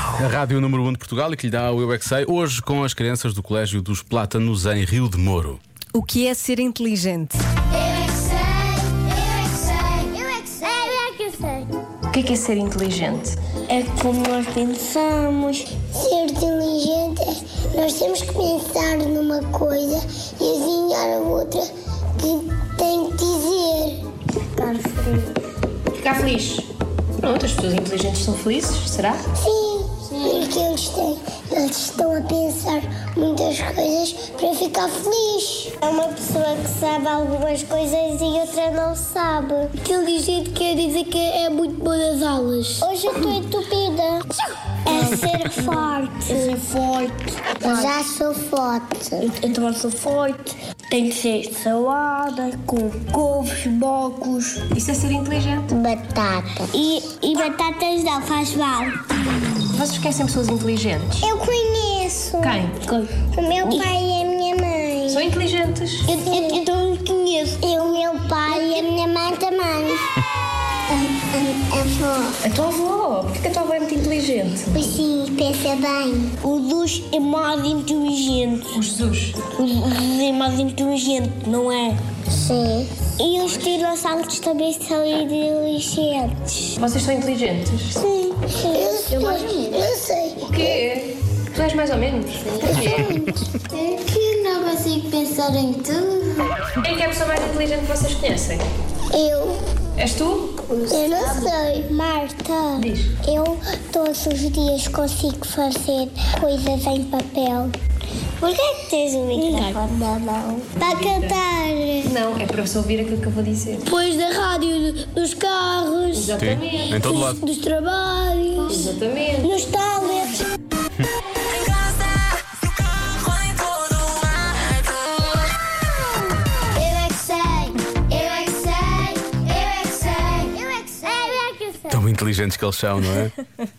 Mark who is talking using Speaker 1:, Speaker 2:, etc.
Speaker 1: A rádio número 1 um de Portugal e que lhe dá o Eu é que Sei, hoje com as crianças do Colégio dos Plátanos em Rio de Moro.
Speaker 2: O que é ser inteligente?
Speaker 3: O que é, que é ser inteligente?
Speaker 4: É como nós pensamos.
Speaker 5: Ser inteligente, é nós temos que pensar numa coisa e adivinhar a outra que tem que dizer.
Speaker 4: Ficar feliz.
Speaker 3: Ficar feliz. Pronto, as pessoas inteligentes são felizes, será?
Speaker 5: Sim, porque eles, têm, eles estão a pensar muitas coisas para ficar feliz.
Speaker 4: É uma pessoa que sabe algumas coisas e outra não sabe.
Speaker 5: Inteligente quer dizer que é muito boa nas aulas.
Speaker 4: Hoje eu estou entupida. É ser forte.
Speaker 5: Eu sou forte.
Speaker 4: Eu já sou forte.
Speaker 5: Eu também sou forte. Tem que ser salada, com couves, bocos.
Speaker 3: Isso é ser inteligente.
Speaker 4: Batata.
Speaker 5: E, e batatas não faz mal.
Speaker 3: Vocês conhecem pessoas inteligentes?
Speaker 4: Eu conheço.
Speaker 3: Quem?
Speaker 4: O meu pai e a minha mãe.
Speaker 3: São inteligentes.
Speaker 4: Eu, eu, eu não conheço. E o meu pai e a minha mãe também. Avô,
Speaker 3: A tua avó. Porquê que a tua avó é muito inteligente?
Speaker 4: sim, pensa bem. O dos é mais inteligente.
Speaker 3: O Jesus.
Speaker 4: O dos é mais inteligente, não é? Sim. E os dinossauros também são inteligentes.
Speaker 3: Vocês são inteligentes?
Speaker 4: Sim. Eu
Speaker 5: Eu, eu sei.
Speaker 3: O quê? Tu és mais ou menos? O quê?
Speaker 5: Que não consigo pensar em tudo.
Speaker 3: Quem é que é a pessoa mais inteligente que vocês conhecem?
Speaker 4: Eu.
Speaker 3: És tu?
Speaker 4: Eu não sei. Marta.
Speaker 3: Diz.
Speaker 4: Eu todos os dias consigo fazer coisas em papel. Por que é que tens um microfone na mão? Para cantar.
Speaker 3: Não, é para você ouvir aquilo que eu vou dizer.
Speaker 5: Depois da rádio, dos carros,
Speaker 3: Exatamente.
Speaker 1: Em todo lado.
Speaker 5: dos trabalhos,
Speaker 3: Exatamente.
Speaker 4: Nos tablets.
Speaker 6: Em casa, no carro, em todo lado.
Speaker 4: Eu é que sei. Eu é que sei. Eu é que sei. Eu é que sei. Eu é que sei.
Speaker 1: Então Tão inteligentes que eles são, não é?